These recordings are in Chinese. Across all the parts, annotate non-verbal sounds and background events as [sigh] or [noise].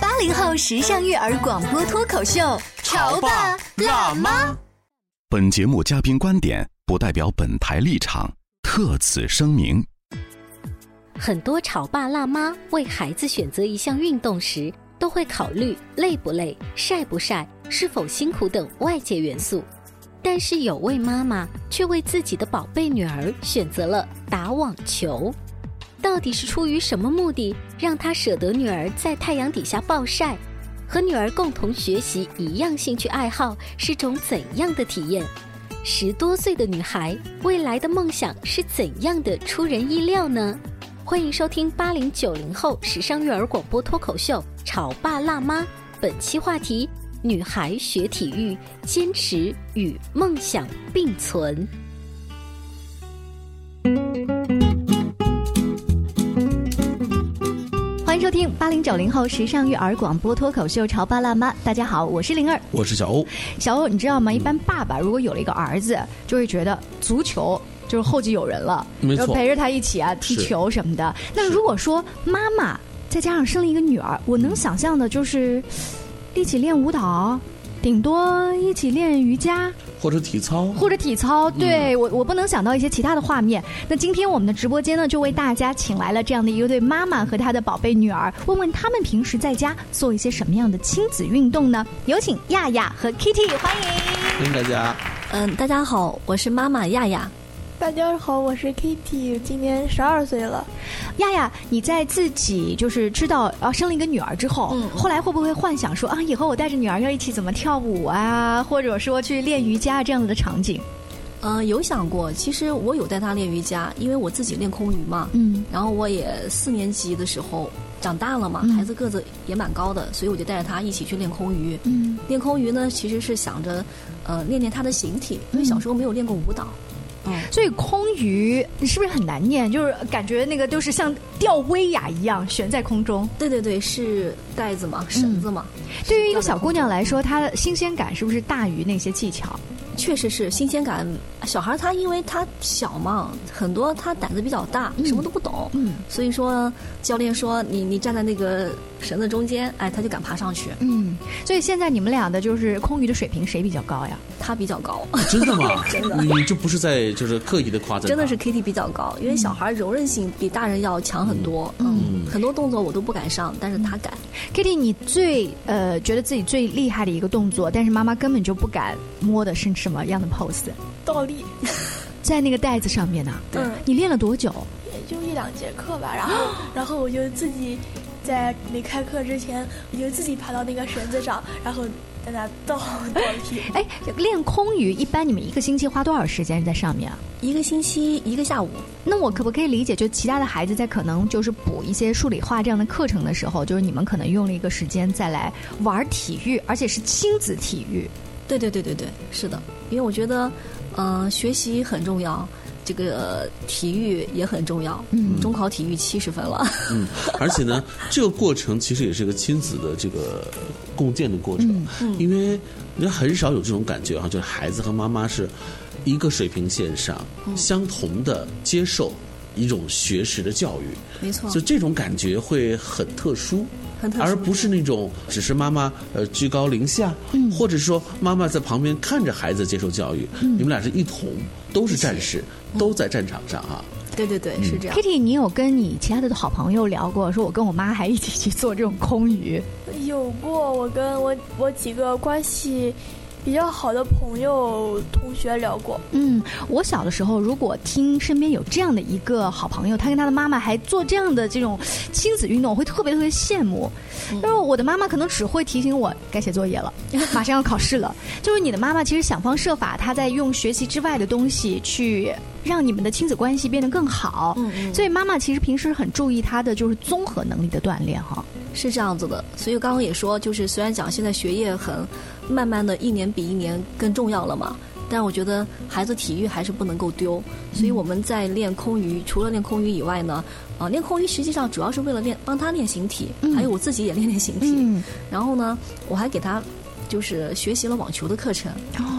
八零后时尚育儿广播脱口秀，潮爸辣妈。妈，本节目嘉宾观点不代表本台立场，特此声明。很多潮爸辣妈为孩子选择一项运动时，都会考虑累不累、晒不晒、是否辛苦等外界元素。但是有位妈妈却为自己的宝贝女儿选择了打网球，到底是出于什么目的让她舍得女儿在太阳底下暴晒？和女儿共同学习一样兴趣爱好是种怎样的体验？十多岁的女孩未来的梦想是怎样的出人意料呢？欢迎收听八零九零后时尚育儿广播脱口秀《潮爸辣妈》，本期话题：女孩学体育，坚持与梦想并存。欢迎收听八零九零后时尚育儿广播脱口秀《潮爸辣妈》。大家好，我是灵儿。我是小欧。小欧，你知道吗？一般爸爸如果有了一个儿子，就会觉得足球就是后继有人了，没然后错陪着他一起啊踢是球什么的。那如果说妈妈再加上生了一个女儿，我能想象的就是一起练舞蹈。顶多一起练瑜伽或者体操，嗯或者体操，对、我我不能想到一些其他的画面。那今天我们的直播间呢，就为大家请来了这样的一个对妈妈和她的宝贝女儿，问问他们平时在家做一些什么样的亲子运动呢？有请亚亚和 Kitty，欢迎。欢迎大家。嗯，大家好，我是妈妈亚亚。大家好，我是 Kitty，今年十二岁了。亚亚，你在自己就是知道啊生了一个女儿之后，后来会不会幻想说啊，以后我带着女儿要一起怎么跳舞啊，或者说去练瑜伽这样子的场景？呃，有想过，其实我有带她练瑜伽，因为我自己练空余嘛。嗯，然后我也四年级的时候长大了嘛，嗯孩子个子也蛮高的，所以我就带着她一起去练空余。嗯，练空余呢，其实是想着，呃，练练她的形体，嗯因为小时候没有练过舞蹈。所以空余是不是很难念？就是感觉那个就是像吊威亚一样悬在空中。对对对，是带子嘛，嗯绳子嘛，对于一个小姑娘来说，她的新鲜感是不是大于那些技巧？确实是新鲜感。小孩儿他因为他小嘛，很多他胆子比较大，什么都不懂。嗯所以说，教练说你你站在那个绳子中间，哎，他就敢爬上去，嗯。所以现在你们俩的就是空余的水平谁比较高呀？他比较高，真的吗？真的你这不是在就是刻意的夸赞他？真的是 Kitty 比较高，因为小孩柔韧性比大人要强很多，嗯，很多动作我都不敢上，但是他敢， Kitty，你最呃觉得自己最厉害的一个动作，但是妈妈根本就不敢摸的是什么样的 pose？倒立在那个袋子上面呢、嗯你练了多久？也就一两节课吧，然后然后我就自己在没开课之前，我就自己爬到那个绳子上，然后在那倒倒立。 [laughs] 哎，练空余一般你们一个星期花多少时间在上面啊？一个星期一个下午，那我可不可以理解，就其他的孩子在可能就是补一些数理化这样的课程的时候，就是你们可能用了一个时间再来玩体育，而且是亲子体育。对对对对对，是的，因为我觉得，呃，学习很重要。这个呃体育也很重要，嗯，中考体育七十分了，嗯，而且呢，这个过程其实也是个亲子的这个共建的过程，嗯因为人很少有这种感觉啊，就是孩子和妈妈是一个水平线上，嗯相同的接受一种学识的教育，没错就，这种感觉会很特殊。嗯很特殊而不是那种只是妈妈呃居高临下，嗯或者说妈妈在旁边看着孩子接受教育，嗯你们俩是一同都是战士，都在战场上啊。对对对，是这样。 Kitty，你有跟你其他的好朋友聊过，说我跟我妈还一起去做这种空余？有过我跟我我几个关系比较好的朋友、同学聊过。嗯，我小的时候，如果听身边有这样的一个好朋友，他跟他的妈妈还做这样的这种亲子运动，我会特别特别羡慕。但是我的妈妈可能只会提醒我 [laughs] 该写作业了，马上要考试了。 [laughs] 就是你的妈妈其实想方设法，她在用学习之外的东西去让你们的亲子关系变得更好。嗯所以妈妈其实平时很注意她的就是综合能力的锻炼哈。是这样子的，所以刚刚也说，就是虽然讲现在学业很慢慢的一年比一年更重要了嘛，但我觉得孩子体育还是不能够丢，所以嗯我们在练空余，除了练空余以外呢，啊、练空余实际上主要是为了练帮他练形体，还有我自己也练练形体，嗯然后呢，我还给他就是学习了网球的课程，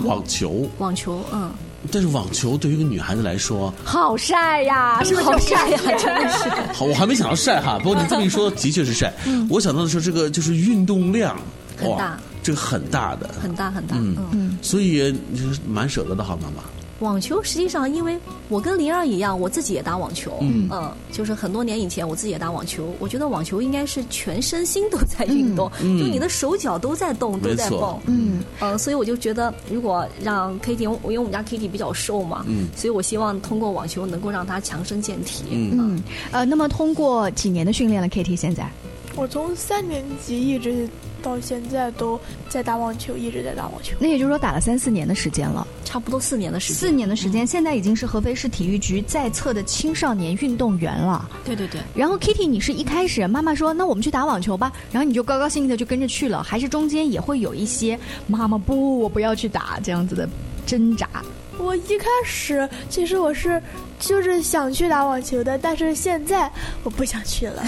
网球，网球，嗯，但是网球对于一个女孩子来说，好晒呀，是不是好晒呀？真的是。好，我还没想到晒哈，不过你这么一说，的确是晒。我想到的是这个就是运动量嗯很大哇这个很大的，很大很大，嗯嗯所以你是蛮舍得的哈，妈妈。网球实际上，因为我跟灵儿一样，我自己也打网球，嗯就是很多年以前我自己也打网球。我觉得网球应该是全身心都在运动，嗯就你的手脚都在动，没都在错蹦，嗯，呃，所以我就觉得，如果让 Kitty，我因为我们家 Kitty 比较瘦嘛，嗯所以我希望通过网球能够让她强身健体，嗯嗯，呃，那么通过几年的训练了，Kitty 现在，我从三年级一直到现在都在打网球，一直在打网球。那也就是说打了三四年的时间了。差不多四年的时间。四年的时间，现在已经是合肥市体育局在册的青少年运动员了。对对对，然后 Kitty，你是一开始妈妈说那我们去打网球吧，然后你就高高兴兴的就跟着去了，还是中间也会有一些妈妈不，我不要去打这样子的挣扎？我一开始其实我是就是想去打网球的，但是现在我不想去了，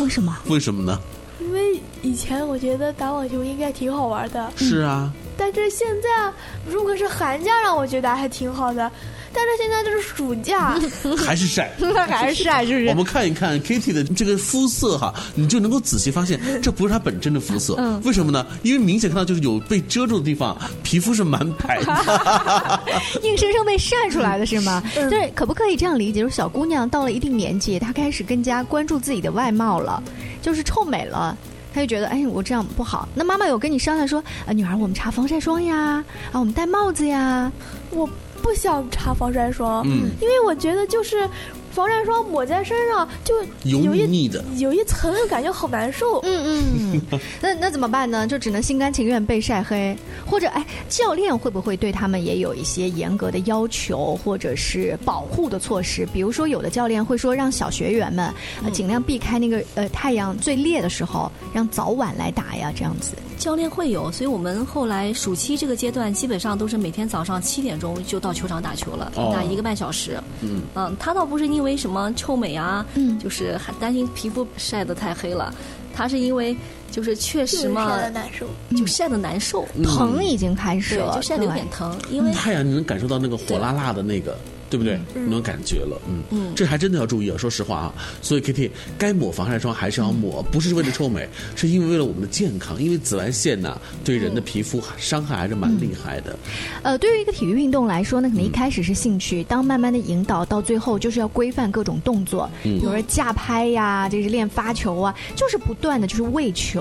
为什么？为什么呢？因为以前我觉得打网球应该挺好玩的，嗯是啊，但是现在如果是寒假让我觉得还挺好的，但是现在这是暑假，还是 [laughs] 晒。那还是啊，是不我是？们看一看 Kitty 的这个肤色哈，你就能够仔细发现， [laughs] 这不是她本真的肤色。嗯为什么呢？因为明显看到就是有被遮住的地方，皮肤是蛮白 [laughs] 的。硬生生被晒出来的是吗？但是可不可以这样理解，就是小姑娘到了一定年纪，她开始更加关注自己的外貌了，就是臭美了。她就觉得，哎，我这样不好。那妈妈有跟你商量说，呃，女孩，我们擦防晒霜呀，啊，我们戴帽子呀，我不想擦防晒霜，嗯，因为我觉得就是防晒霜抹在身上就油有腻一腻的。有一层感觉好难受，嗯 [laughs] 嗯，那那怎么办呢？就只能心甘情愿被晒黑，或者哎，教练会不会对他们也有一些严格的要求，或者是保护的措施？比如说，有的教练会说让小学员们、嗯呃、尽量避开那个呃太阳最烈的时候，让早晚来打呀，这样子。教练会有，所以我们后来暑期这个阶段，基本上都是每天早上七点钟就到球场打球了，哦打一个半小时。嗯他倒不是因为什么臭美啊，嗯就是还担心皮肤晒得太黑了，他是因为就是确实嘛，的难受。嗯就晒得难受，嗯疼已经开始嗯对，了，就晒得有点疼，因嗯为太阳你能感受到那个火辣辣的那个，对不对？你能感觉了，嗯，嗯这还真的要注意啊。说实话啊，所以 Kitty 该抹防晒霜还是要抹，不是为了臭美，是因为为了我们的健康，因为紫外线呐、对人的皮肤伤害还是蛮厉害的。呃，对于一个体育运动来说呢，可嗯能一开始是兴趣，当慢慢的引导到最后，就是要规范各种动作，嗯比如说架拍呀，这是练发球啊，就是不断的就是喂球。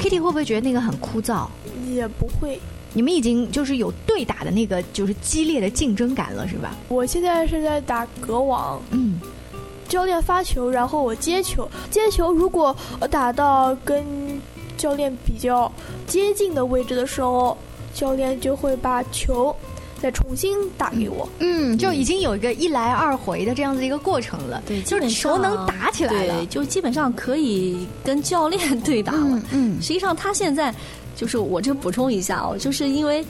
Kitty 会不会觉得那个很枯燥？也不会。你们已经就是有对打的那个就是激烈的竞争感了，是吧？我现在是在打隔网，嗯，教练发球，然后我接球。接球如果我打到跟教练比较接近的位置的时候，教练就会把球再重新打给我。嗯，就已经有一个一来二回的这样子一个过程了，对，基就本是球上能打起来了对，，就基本上可以跟教练 [laughs] 对打了。嗯实际上，他现在就是我这补充一下哦，就是因为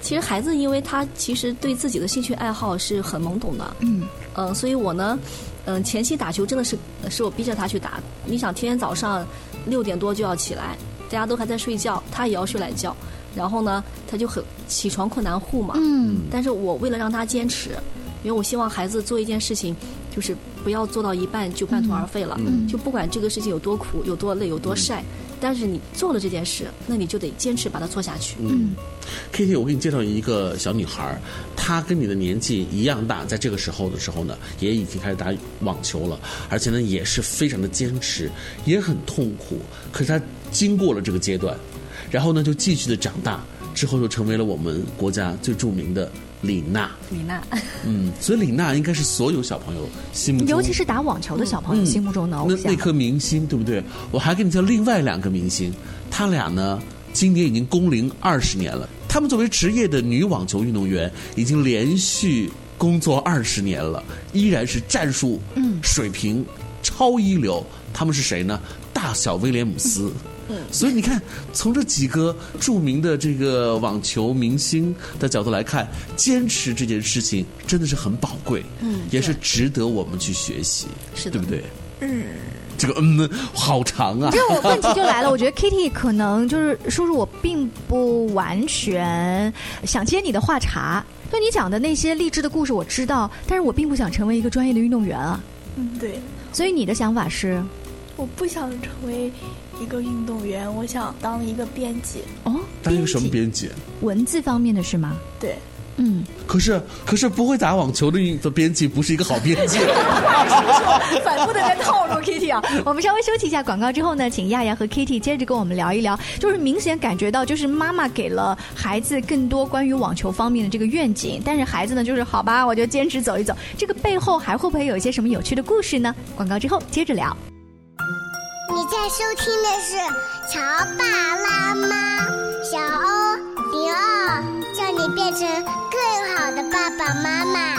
其实孩子，因为他其实对自己的兴趣爱好是很懵懂的，嗯嗯、所以我呢，嗯、前期打球真的是是呃我逼着他去打。你想，天天早上六点多就要起来，大家都还在睡觉，他也要睡懒觉，然后呢，他就很起床困难户嘛，嗯但是我为了让他坚持，因为我希望孩子做一件事情，就是不要做到一半就半途而废了，嗯就不管这个事情有多苦、有多累、有多晒，但是你做了这件事，那你就得坚持把它做下去。嗯 Kitty，我给你介绍一个小女孩儿，她跟你的年纪一样大，在这个时候的时候呢，也已经开始打网球了，而且呢也是非常的坚持，也很痛苦。可是她经过了这个阶段，然后呢就继续的长大，之后就成为了我们国家最著名的李娜。李娜，嗯，所以李娜应该是所有小朋友心目中，尤其是打网球的小朋友心目中的偶嗯那像。那颗明星，对不对？我还给你叫另外两个明星，他俩呢，今年已经工龄二十年了。他们作为职业的女网球运动员，已经连续工作二十年了，依然是战术嗯水平超一流。他们是谁呢？大小威廉姆斯。嗯所以你看，从这几个著名的这个网球明星的角度来看，坚持这件事情真的是很宝贵，嗯也是值得我们去学习，是对不对？嗯，这个嗯好长啊！这我问题就来了，我觉得 Kitty 可能就是叔叔，我并不完全想接你的话茬。就你讲的那些励志的故事，我知道，但是我并不想成为一个专业的运动员啊。嗯，对，所以你的想法是，我不想成为一个运动员，我想当一个编辑。哦，当一个什么编辑？文字方面的是吗？对，嗯，可是可是不会打网球的一个编辑不是一个好编辑。反复的在套路 Kitty 啊。我们稍微休息一下广告之后呢，请亚亚和 Kitty 接着跟我们聊一聊，就是明显感觉到，就是妈妈给了孩子更多关于网球方面的这个愿景，但是孩子呢，就是好吧，我就坚持走一走。这个背后还会不会有一些什么有趣的故事呢？广告之后接着聊。你在收听的是《潮爸辣妈》，小欧零二，叫你变成更好的爸爸妈妈。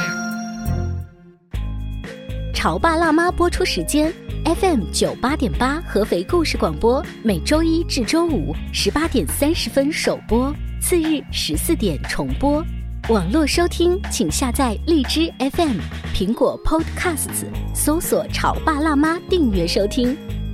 《潮爸辣妈》播出时间：FM 九八点八合肥故事广播，每周一至周五十八点三十分首播，次日十四点重播。网络收听，请下载荔枝 FM、苹果 Podcasts，搜索“潮爸辣妈”订阅收听。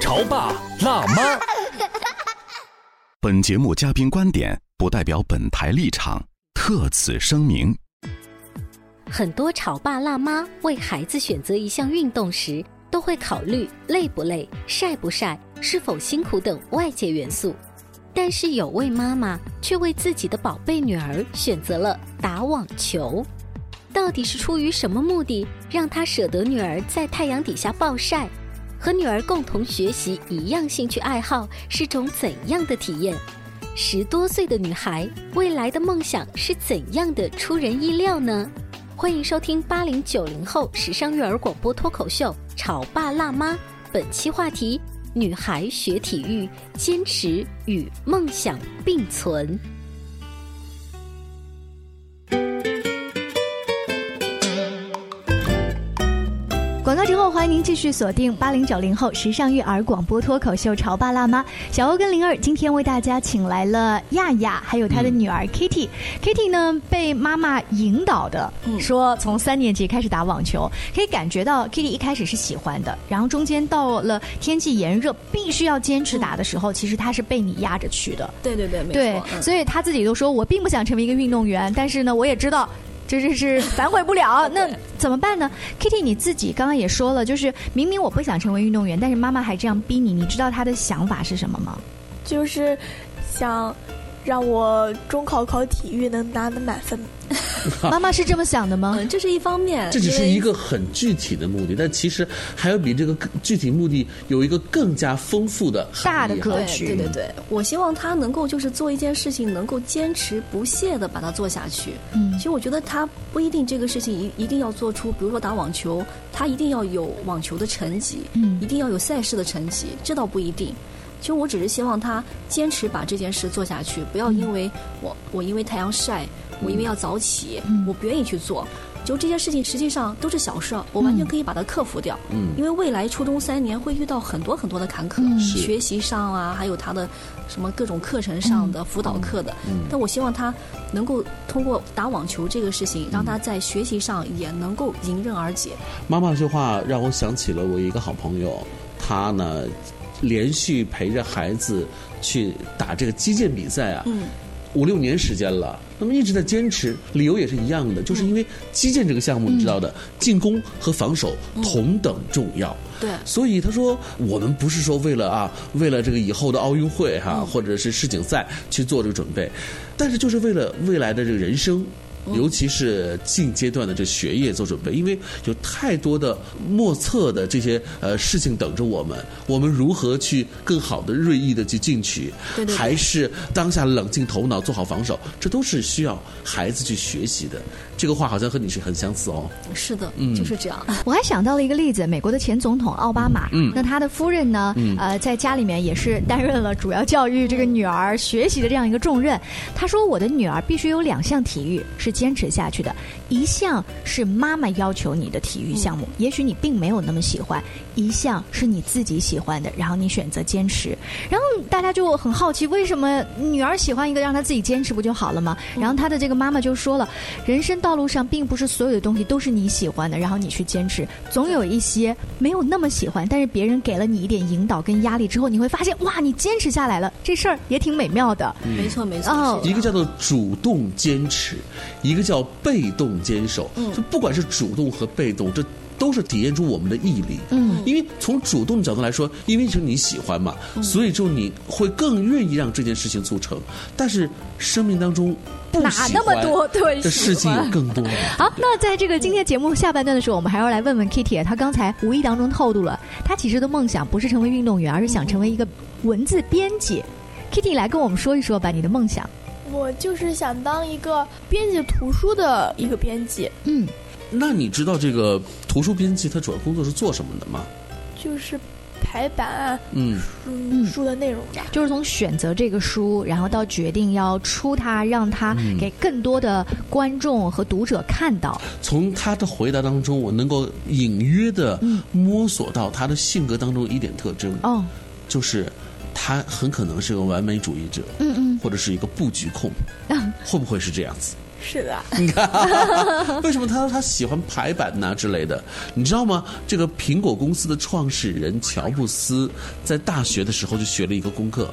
潮爸辣妈》。本节目嘉宾观点不代表本台立场，特此声明。很多潮爸辣妈为孩子选择一项运动时，都会考虑累不累、晒不晒、是否辛苦等外界元素。但是有位妈妈却为自己的宝贝女儿选择了打网球，到底是出于什么目的，让她舍得女儿在太阳底下暴晒？和女儿共同学习一样兴趣爱好是种怎样的体验？十多岁的女孩未来的梦想是怎样的出人意料呢？欢迎收听八零九零后时尚育儿广播脱口秀《潮爸辣妈》，本期话题：女孩学体育，坚持与梦想并存。广告之后，欢迎您继续锁定八零九零后时尚育儿广播脱口秀《潮爸辣妈》。小欧跟灵儿今天为大家请来了亚亚，还有她的女儿 Kitty。Kitty 呢被妈妈引导的，说从三年级开始打网球，可以感觉到 Kitty 一开始是喜欢的，然后中间到了天气炎热，必须要坚持打的时候，其实她是被你压着去的。 [laughs] 对对对，没对错，，嗯所以他自己都说我并不想成为一个运动员，但是呢，我也知道。这这是 [laughs] 反悔不了，那怎么办呢？Kitty，你自己刚刚也说了，就是明明我不想成为运动员，但是妈妈还这样逼你，你知道她的想法是什么吗？就是想让我中考考体育能拿的满分。妈妈是这么想的吗？嗯这是一方面，这只是因为一个很具体的目的，但其实还有比这个更具体目的有一个更加丰富的大含义哈对对对对，我希望他能够就是做一件事情，能够坚持不懈的把它做下去。嗯其实我觉得他不一定这个事情一一定要做出，比如说打网球，他一定要有网球的成绩，嗯一定要有赛事的成绩，这倒不一定。其实我只是希望他坚持把这件事做下去，不要因为我我因为太阳晒，我因为要早起，我不愿意去做。就这些事情实际上都是小事儿，我完全可以把它克服掉。嗯因为未来初中三年会遇到很多很多的坎坷，嗯是学习上啊，还有他的什么各种课程上的、辅导课的。嗯但我希望他能够通过打网球这个事情，让他在学习上也能够迎刃而解。妈妈这句话让我想起了我一个好朋友，他呢连续陪着孩子去打这个击剑比赛啊，嗯五六年时间了，那么一直在坚持，理由也是一样的，就是因为击剑这个项目，你知道的，进攻和防守同等重要。对，所以他说，我们不是说为了啊，为了这个以后的奥运会哈、嗯或者是世锦赛去做这个准备，但是就是为了未来的这个人生。嗯尤其是近阶段的这学业做准备，因为有太多的莫测的这些呃事情等着我们，我们如何去更好的锐意的去进取，对对对还是当下冷静头脑做好防守，这都是需要孩子去学习的。这个话好像和你是很相似哦。是的，嗯就是这样。我还想到了一个例子，美国的前总统奥巴马，嗯那他的夫人呢，嗯呃，在家里面也是担任了主要教育这个女儿学习的这样一个重任。他说：“我的女儿必须有两项体育是坚持下去的，一项是妈妈要求你的体育项目，嗯也许你并没有那么喜欢；一项是你自己喜欢的，然后你选择坚持。然后大家就很好奇，为什么女儿喜欢一个让她自己坚持不就好了吗？嗯然后她的这个妈妈就说了，人生道路上并不是所有的东西都是你喜欢的，然后你去坚持，总有一些没有那么喜欢，但是别人给了你一点引导跟压力之后，你会发现哇，你坚持下来了，这事儿也挺美妙的。嗯没错没错，哦是的一个叫做主动坚持，一个叫被动坚守。嗯就不管是主动和被动，这都是体现出我们的毅力。嗯，因为从主动的角度来说，因为是你喜欢嘛，嗯所以就你会更愿意让这件事情促成。但是生命当中不哪喜那么欢多对喜的事情欢有更多的。好，那在这个今天节目下半段的时候，我们还要来问问 Kitty，她啊刚才无意当中透露了，她其实的梦想不是成为运动员，而是想成为一个文字编辑。Kitty 来跟我们说一说吧，你的梦想。我就是想当一个编辑图书的一个编辑，嗯，那你知道这个图书编辑他主要工作是做什么的吗？就是排版嗯，嗯书的内容吧。就是从选择这个书，然后到决定要出它，让它嗯给更多的观众和读者看到。从他的回答当中，我能够隐约的嗯摸索到他的性格当中一点特征。哦，就是他很可能是个完美主义者，嗯嗯，或者是一个布局 [laughs] 控，会不会是这样子？是啊的，你看，为什么他他喜欢排版呐、之类的？你知道吗？这个苹果公司的创始人乔布斯在大学的时候就学了一个功课，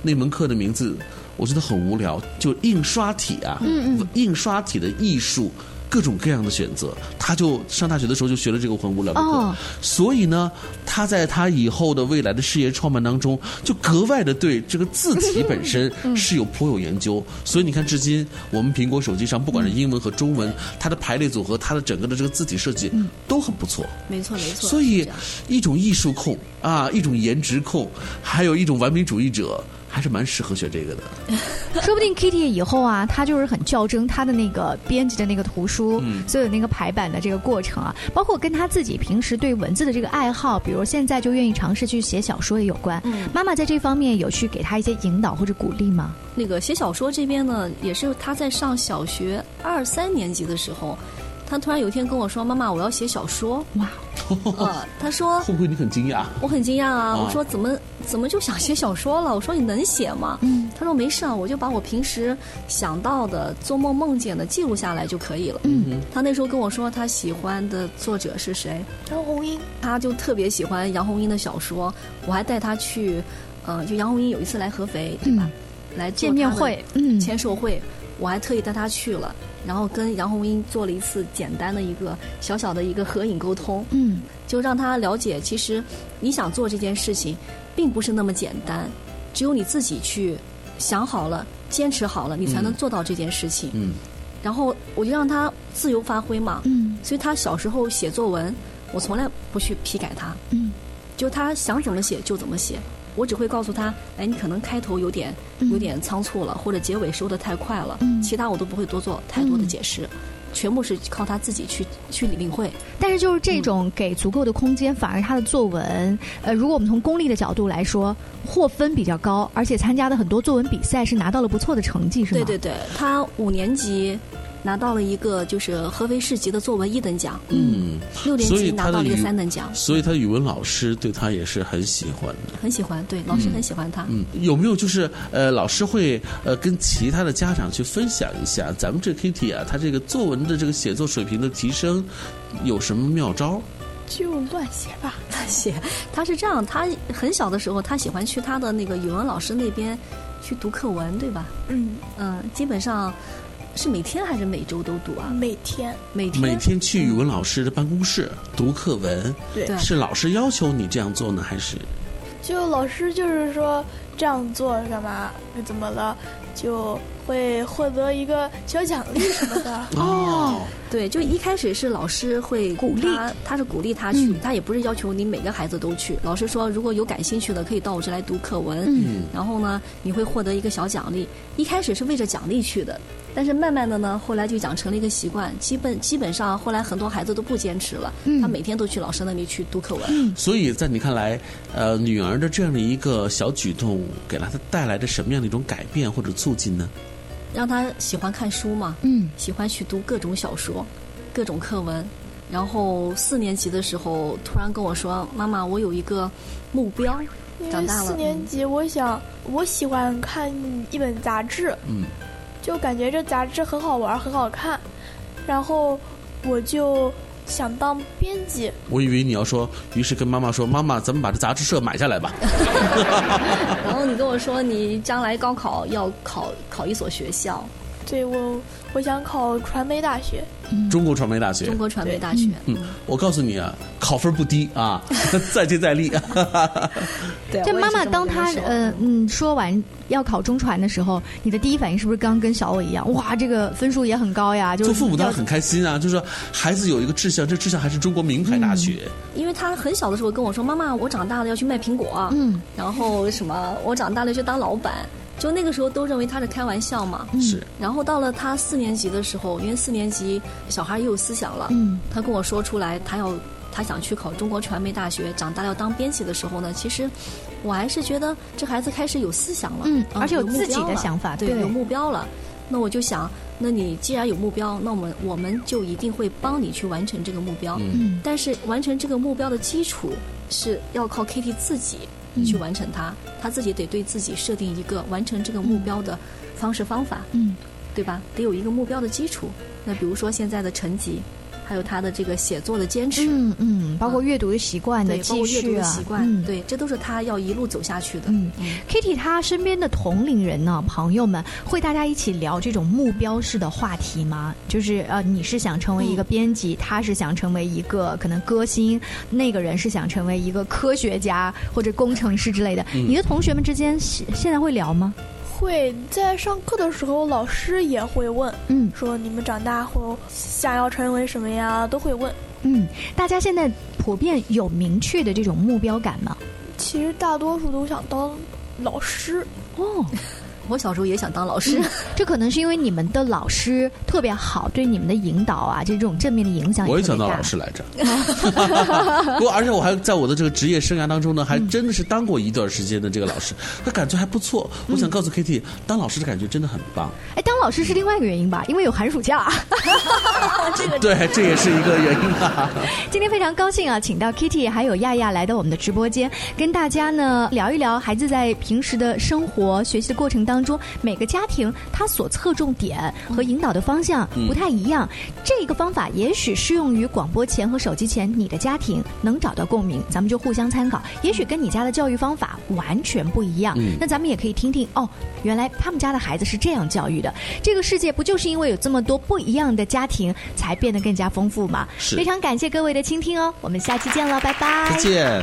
那门课的名字我觉得很无聊，就印刷体啊，嗯嗯印刷体的艺术。各种各样的选择，他就上大学的时候就学了这个很无聊的课，哦所以呢，他在他以后的未来的事业创办当中，就格外的对这个字体本身嗯是有颇有研究。所以你看，至今我们苹果手机上不管是英文和中文，它的排列组合，它的整个的这个字体设计都很不错。没错没错。所以，一种艺术控啊，一种颜值控，还有一种完美主义者，还是蛮适合学这个的。说不定 Kitty 以后啊，她就是很较真她的那个编辑的那个图书，嗯所有那个排版的这个过程啊，包括跟她自己平时对文字的这个爱好，比如现在就愿意尝试去写小说也有关。嗯妈妈在这方面有去给她一些引导或者鼓励吗？那个写小说这边呢，也是他在上小学二三年级的时候，他突然有一天跟我说：“妈妈，我要写小说。”哇，呃，他说会不会你很惊讶？我很惊讶啊！啊我说怎么怎么就想写小说了？我说你能写吗？嗯，他说没事啊，我就把我平时想到的、做梦梦见的记录下来就可以了。嗯，他那时候跟我说他喜欢的作者是谁，杨红樱，他就特别喜欢杨红樱的小说。我还带他去，呃，就杨红樱有一次来合肥，对吧？来嗯做见面他的会嗯签售会，我还特意带他去了，然后跟杨红樱做了一次简单的一个小小的一个合影沟通。嗯，就让他了解，其实你想做这件事情，并不是那么简单，只有你自己去想好了、坚持好了，你才能嗯做到这件事情。嗯然后我就让他自由发挥嘛。嗯，所以他小时候写作文，我从来不去批改他。嗯，就他想怎么写就怎么写。我只会告诉他，哎，你可能开头有点有点仓促了，或者结尾收的太快了，嗯其他我都不会多做太多的解释，全部是靠他自己去去领会。但是就是这种给足够的空间，反而他的作文，呃，如果我们从功利的角度来说，获分比较高，而且参加的很多作文比赛是拿到了不错的成绩，是吗？对对对，他五年级拿到了一个就是合肥市级的作文一等奖，嗯，六年所以级他拿的到了一个语三等奖，所以他的语文老师对他也是很喜欢的。很喜欢，对，老师嗯很喜欢他。嗯，有没有就是呃，老师会呃跟其他的家长去分享一下，咱们这 Kitty 啊，她这个作文的这个写作水平的提升有什么妙招？就乱写 [laughs] 吧，乱写。他是这样，他很小的时候，他喜欢去他的那个语文老师那边去读课文，对吧？嗯嗯、呃，基本上是每天还是每周都读啊？每天，每嗯天，每天去语文老师的办公室读课文，对，是老师要求你这样做呢，还是？就老师就是说这样做干嘛？怎么了？就会获得一个小奖励什么的 [laughs] 哦。对，就一开始是老师会鼓励他，他是鼓励他去，嗯、他也不是要求你每个孩子都去。老师说，如果有感兴趣的，可以到我这来读课文。嗯，然后呢，你会获得一个小奖励。一开始是为着奖励去的，但是慢慢的呢，后来就养成了一个习惯。基本基本上后来很多孩子都不坚持了，嗯、他每天都去老师那里去读课文。嗯、所以在你看来，呃，女儿的这样的一个小举动，给了她带来的什么样的一种改变或者促进呢？让他喜欢看书嘛，嗯，喜欢去读各种小说，各种课文。然后四年级的时候，突然跟我说：“妈妈，我有一个目标。”长大了。嗯四年级，我想我喜欢看一本杂志，嗯，就感觉这杂志很好玩，很好看。然后我就想当编辑。我以为你要说，于是跟妈妈说：“妈妈，咱们把这杂志社买下来吧。”然后你跟我说，你将来高考要考考一所学校。对我，我想考传媒大学，嗯、中国传媒大学，中国传媒大学。嗯，我告诉你啊，考分不低 [laughs] 啊，再接再厉。啊对，啊这妈妈当她呃嗯说完要考中传的时候，你的第一反应是不是刚跟小我一样？哇，这个分数也很高呀！就是、做父母当然很开心啊，就是孩子有一个志向，这志向还是中国名牌大学。嗯、因为他很小的时候跟我说：“妈妈，我长大了要去卖苹果。”嗯，然后什么，我长大了去当老板。就那个时候都认为他是开玩笑嘛，嗯是。然后到了他四年级的时候，因为四年级小孩也有思想了，嗯，他跟我说出来，他要他想去考中国传媒大学，长大要当编辑的时候呢，其实我还是觉得这孩子开始有思想了，嗯，而且有自己的想法，对，有目标了。那我就想，那你既然有目标，那我们我们就一定会帮你去完成这个目标。嗯，但是完成这个目标的基础是要靠 Kitty 自己。去完成它，他自己得对自己设定一个完成这个目标的方式方法，嗯，对吧？得有一个目标的基础。那比如说现在的成绩，还有他的这个写作的坚持，嗯嗯，包括阅读的习惯的继续啊，习惯，对，这都是他要一路走下去的。嗯，Kitty 他身边的同龄人呢，朋友们会大家一起聊这种目标式的话题吗？就是呃，你是想成为一个编辑，他是想成为一个可能歌星，那个人是想成为一个科学家或者工程师之类的。嗯你的同学们之间现在会聊吗？会在上课的时候，老师也会问，嗯，说你们长大后想要成为什么呀？都会问。嗯，大家现在普遍有明确的这种目标感吗？其实大多数都想当老师哦。我小时候也想当老师、嗯，这可能是因为你们的老师特别好，对你们的引导啊，这种正面的影响我也想当老师来 [laughs] 着，不过而且 [laughs] 我还在我的这个职业生涯当中呢，嗯还真的是当过一段时间的这个老师，那、嗯、感觉还不错。我想告诉 Kitty，、嗯、当老师的感觉真的很棒。哎，当老师是另外一个原因吧，因为有寒暑假。这个对，这也是一个原因啊。 [laughs] 今天非常高兴啊，请到 Kitty 还有亚亚来到我们的直播间，跟大家呢聊一聊孩子在平时的生活、学习的过程当。当中，每个家庭它所侧重点和引导的方向不太一样。嗯、这个方法也许适用于广播前和手机前，你的家庭能找到共鸣，咱们就互相参考。也许跟你家的教育方法完全不一样，嗯、那咱们也可以听听哦，原来他们家的孩子是这样教育的。这个世界不就是因为有这么多不一样的家庭，才变得更加丰富吗？非常感谢各位的倾听哦，我们下期见了，拜拜，再见。